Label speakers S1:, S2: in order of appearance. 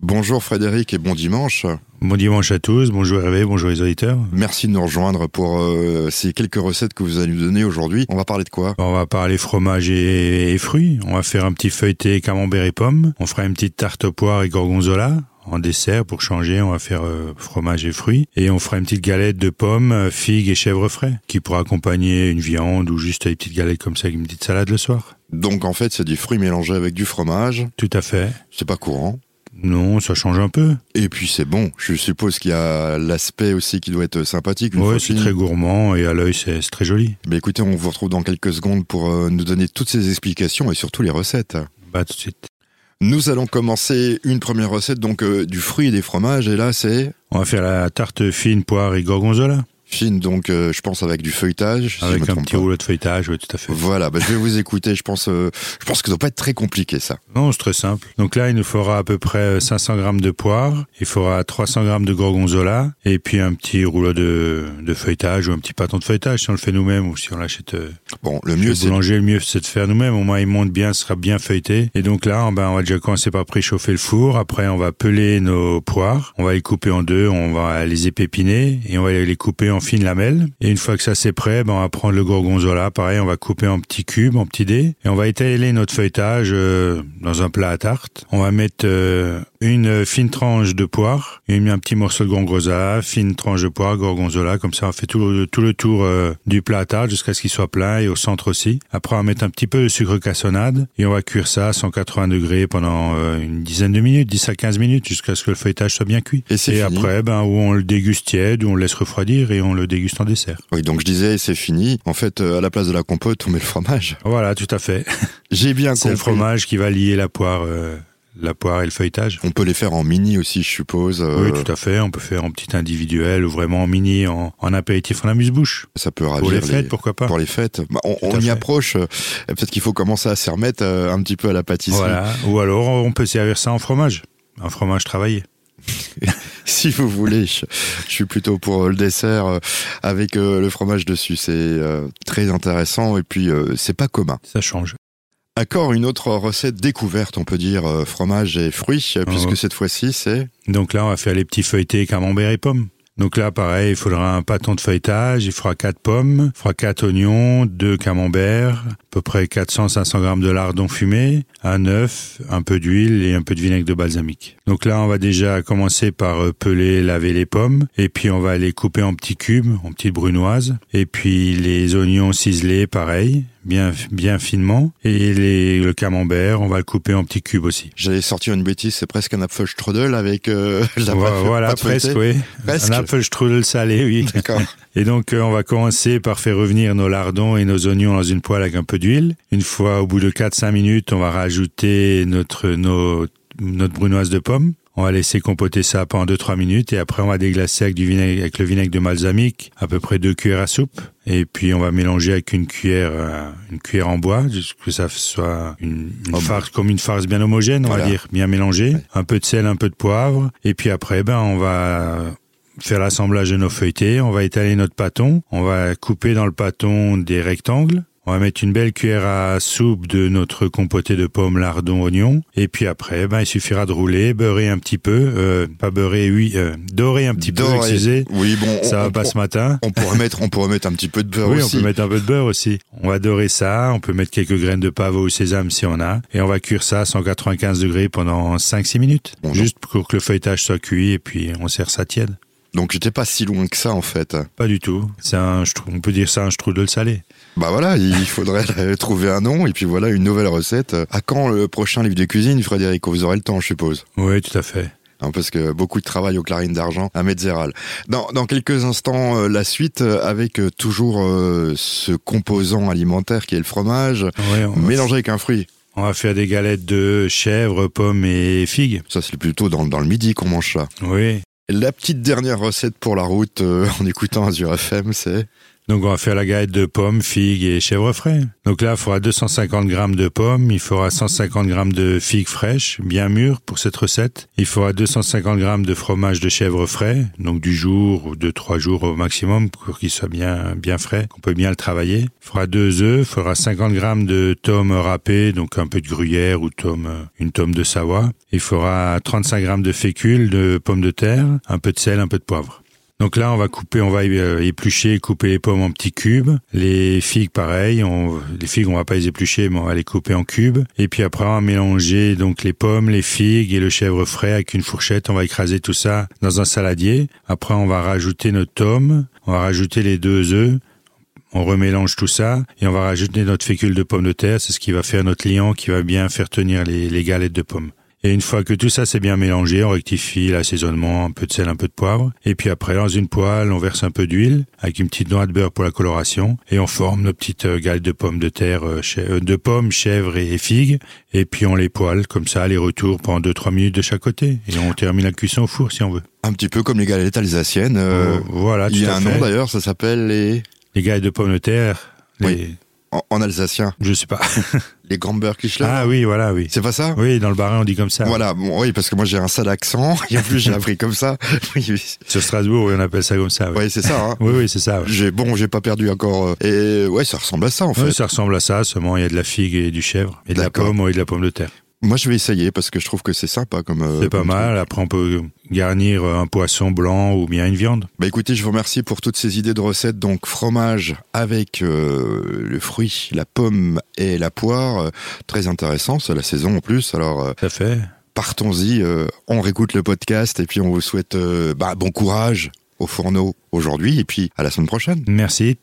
S1: Bonjour Frédéric et bon dimanche.
S2: Bon dimanche à tous, bonjour Hervé, bonjour les auditeurs.
S1: Merci de nous rejoindre pour euh, ces quelques recettes que vous allez nous donner aujourd'hui. On va parler de quoi
S2: On va parler fromage et, et fruits, on va faire un petit feuilleté camembert et pommes, on fera une petite tarte aux poires et gorgonzola, en dessert pour changer, on va faire euh, fromage et fruits et on fera une petite galette de pommes, euh, figues et chèvres frais qui pourra accompagner une viande ou juste une petite galette comme ça avec une petite salade le soir.
S1: Donc en fait, c'est du fruit mélangé avec du fromage.
S2: Tout à fait.
S1: C'est pas courant.
S2: Non, ça change un peu.
S1: Et puis c'est bon. Je suppose qu'il y a l'aspect aussi qui doit être sympathique. une
S2: Ouais,
S1: fois
S2: c'est
S1: fini.
S2: très gourmand et à l'œil c'est c'est très joli.
S1: Mais écoutez, on vous retrouve dans quelques secondes pour euh, nous donner toutes ces explications et surtout les recettes.
S2: Bah tout de suite.
S1: Nous allons commencer une première recette donc euh, du fruit et des fromages et là c'est
S2: On va faire la tarte fine poire et gorgonzola
S1: fine donc euh, je pense avec du feuilletage. si je me
S2: avec un
S1: trompe
S2: petit
S1: pas.
S2: rouleau de feuilletage, ouais, tout à fait.
S1: Voilà, bah, je vais vous écouter. Je pense, euh, je pense que ça doit pas être très compliqué ça.
S2: Non, c'est très simple. Donc là, il nous faudra à peu près euh, 500 grammes de poire, il faudra 300 grammes de gorgonzola, et puis un petit rouleau de, de feuilletage ou un petit pâton de feuilletage si on le fait nous-mêmes ou si on l'achète euh,
S1: Bon, le
S2: chez
S1: mieux
S2: le
S1: c'est
S2: boulanger. Le mieux, c'est de faire nous-mêmes. Au moins, il monte bien, ce sera bien feuilleté. Et donc là, ben, on va déjà commencer par préchauffer le four. Après, on va peler nos poires. On va les couper en deux, on va les épépiner et on va les couper en fines lamelles. Et une fois que ça c'est prêt, ben, on va prendre le gorgonzola. Pareil, on va couper en petits cubes, en petits dés. Et on va étaler notre feuilletage euh, dans un plat à tarte. On va mettre euh, une fine tranche de poire et un petit morceau de gorgonzola, fine tranche de poire, gorgonzola. Comme ça, on fait tout le, tout le tour euh, du plat à tarte jusqu'à ce qu'il soit plein et au centre aussi. Après, on va mettre un petit peu de sucre cassonade et on va cuire ça à 180 degrés pendant euh, une dizaine de minutes, 10 à 15 minutes, jusqu'à ce que le feuilletage soit bien cuit.
S1: Et c'est fini.
S2: après, ben, ou on le déguste tiède, ou on le laisse refroidir et on le déguste en dessert.
S1: Oui, donc je disais, c'est fini. En fait, euh, à la place de la compote, on met le fromage.
S2: Voilà, tout à fait.
S1: J'ai bien compris.
S2: C'est le fromage qui va lier la poire, euh, la poire et le feuilletage.
S1: On peut les faire en mini aussi, je suppose. Euh,
S2: Oui, tout à fait. On peut faire en petit individuel ou vraiment en mini, en, en apéritif, en amuse-bouche.
S1: Ça peut ravir
S2: Pour les fêtes, pourquoi pas
S1: pour les fêtes. Bah, on
S2: Tout à
S1: on y
S2: fait.
S1: approche. Euh, Peut-être qu'il faut commencer à s'y remettre euh, un petit peu à la pâtisserie.
S2: Voilà. Ou alors, on peut servir ça en fromage. Un fromage travaillé.
S1: Si vous voulez, je, je suis plutôt pour euh, le dessert euh, avec euh, le fromage dessus. C'est euh, très intéressant et puis euh, c'est pas commun.
S2: Ça change.
S1: Accord, une autre recette découverte, on peut dire euh, fromage et fruits, euh, puisque
S2: ouais.
S1: cette fois-ci c'est
S2: Donc là, on va faire les petits feuilletés camembert et pommes. Donc là, pareil, il faudra un pâton de feuilletage, il faudra quatre pommes, il faudra quatre oignons, deux camemberts, à peu près 400-500 grammes de lardon fumé, un œuf, un peu d'huile et un peu de vinaigre de balsamique. Donc là, on va déjà commencer par euh, peler, laver les pommes, et puis on va les couper en petits cubes, en petites brunoises, et puis les oignons ciselés, pareil, bien, bien finement, et les, le camembert, on va le couper en petits cubes aussi.
S1: J'allais sortir une bêtise, c'est presque un apfelstrudel avec euh, la
S2: Voilà,
S1: pâte-
S2: voilà,
S1: pâte feuilletée.
S2: presque, oui.
S1: Presque.
S2: Un apfelstrudel salé, oui.
S1: D'accord.
S2: Et donc, euh, on va commencer par faire revenir nos lardons et nos oignons dans une poêle avec un peu d'huile. Une fois, au bout de 4-5 minutes, on va rajouter notre, nos- notre brunoise de pommes. On va laisser compoter ça pendant 2-3 minutes et après, on va déglacer avec, du vinaigre, avec le vinaigre de balsamique, à peu près 2 cuillères à soupe. Et puis, on va mélanger avec une cuillère, euh, une cuillère en bois, juste que ça soit une, une
S1: Oh,
S2: farce, comme une farce bien homogène, on
S1: Voilà.
S2: va dire, bien mélangée.
S1: Ouais.
S2: Un peu de sel, un peu de poivre. Et puis après, ben, on va faire l'assemblage de nos feuilletés, on va étaler notre pâton, on va couper dans le pâton des rectangles, on va mettre une belle cuillère à soupe de notre compoté de pommes, lardons, oignons, et puis après, ben, il suffira de rouler, beurrer un petit peu, euh, pas beurrer, oui, euh, dorer un petit
S1: Doré.
S2: peu, excusez,
S1: Oui, bon, on,
S2: ça va
S1: on-
S2: pas ce matin.
S1: on pourrait mettre, on pourrait mettre un petit peu de beurre
S2: Oui,
S1: aussi.
S2: on peut mettre un peu de beurre aussi. On va dorer ça, on peut mettre quelques graines de pavot ou sésame si on a, et on va cuire ça à 195 degrés pendant 5-6 minutes,
S1: Bon, donc-
S2: juste pour que le feuilletage soit cuit, et puis on sert ça tiède.
S1: Donc j'étais pas si loin que ça en fait.
S2: Pas du tout. C'est un, strou- on peut dire ça un strudel salé.
S1: Bah voilà, il faudrait euh, trouver un nom et puis voilà une nouvelle recette. À quand le prochain livre de cuisine, Frédéric Vous aurez le temps, je suppose.
S2: Oui, tout à fait.
S1: Hein, parce que beaucoup de travail aux clarines d'argent à Metzeral. Dans, dans quelques instants, euh, la suite euh, avec euh, toujours euh, ce composant alimentaire qui est le fromage,
S2: Ouais, on,
S1: mélangé avec un fruit.
S2: on va faire des galettes de chèvre, pommes et figues.
S1: Ça, c'est plutôt dans, dans le midi qu'on mange ça.
S2: Oui.
S1: La petite dernière recette pour la route euh, en écoutant Azure FM, c'est
S2: Donc on va faire la galette de pommes, figues et chèvres frais. Donc là, il faudra 250 grammes de pommes, il faudra 150 grammes de figues fraîches, bien mûres pour cette recette. Il faudra 250 grammes de fromage de chèvre frais, donc du jour ou de trois jours au maximum pour qu'il soit bien bien frais, qu'on peut bien le travailler. Il faudra deux œufs, il faudra 50 grammes de tomes râpés, donc un peu de gruyère ou tome, une tome de Savoie. Il faudra 35 grammes de fécule, de pommes de terre, un peu de sel, un peu de poivre. Donc là, on va couper, on va euh, éplucher, couper les pommes en petits cubes. Les figues, pareil. On, les figues, on va pas les éplucher, mais on va les couper en cubes. Et puis après, on va mélanger donc les pommes, les figues et le chèvre frais avec une fourchette. On va écraser tout ça dans un saladier. Après, on va rajouter notre tome. On va rajouter les deux œufs. On remélange tout ça et on va rajouter notre fécule de pommes de terre. C'est ce qui va faire notre liant, qui va bien faire tenir les, les galettes de pommes. Et une fois que tout ça c'est bien mélangé, on rectifie l'assaisonnement, un peu de sel, un peu de poivre. Et puis après, dans une poêle, on verse un peu d'huile avec une petite noix de beurre pour la coloration. Et on forme nos petites euh, galettes de pommes de terre, euh, chè- euh, de pommes, chèvres et, et figues. Et puis on les poêle comme ça, les retours pendant 2-3 minutes de chaque côté. Et on termine la cuisson au four si on veut.
S1: Un petit peu comme les galettes alsaciennes. euh,
S2: voilà, Oh, ah, tout
S1: il y a
S2: à
S1: un
S2: fait.
S1: nom bah- d'ailleurs, ça s'appelle les.
S2: Les galettes de pommes de terre. Les...
S1: En, en alsacien,
S2: Je sais pas.
S1: les Gramberkischler.
S2: Ah oui, voilà, oui.
S1: C'est pas ça
S2: Oui, dans le barin, on dit comme ça.
S1: Voilà, bon, oui, parce que moi j'ai un sale accent, et en plus j'ai appris comme ça. Oui, oui.
S2: Sur Strasbourg, oui, on appelle ça comme ça. Oui,
S1: Ouais, c'est ça. Hein.
S2: oui, oui, c'est ça. ouais.
S1: J'ai bon, j'ai pas perdu encore. euh, Et ouais, ça ressemble à ça en fait.
S2: Oui, ça ressemble à ça, seulement il y a de la figue et du chèvre, et de la
S1: D'accord.
S2: pomme ouais, et de la pomme de terre.
S1: Moi, je vais essayer parce que je trouve que c'est sympa comme. euh,
S2: C'est pas
S1: comme
S2: mal, après on peut garnir euh, un poisson blanc ou bien une viande.
S1: Bah écoutez, je vous remercie pour toutes ces idées de recettes. Donc fromage avec euh, le fruit, la pomme et la poire, Euh, très intéressant. C'est la saison en plus. Alors euh,
S2: Ça fait.
S1: partons-y. euh, on réécoute le podcast et puis on vous souhaite euh, bah, bon courage au fourneau aujourd'hui et puis à la semaine prochaine.
S2: Merci.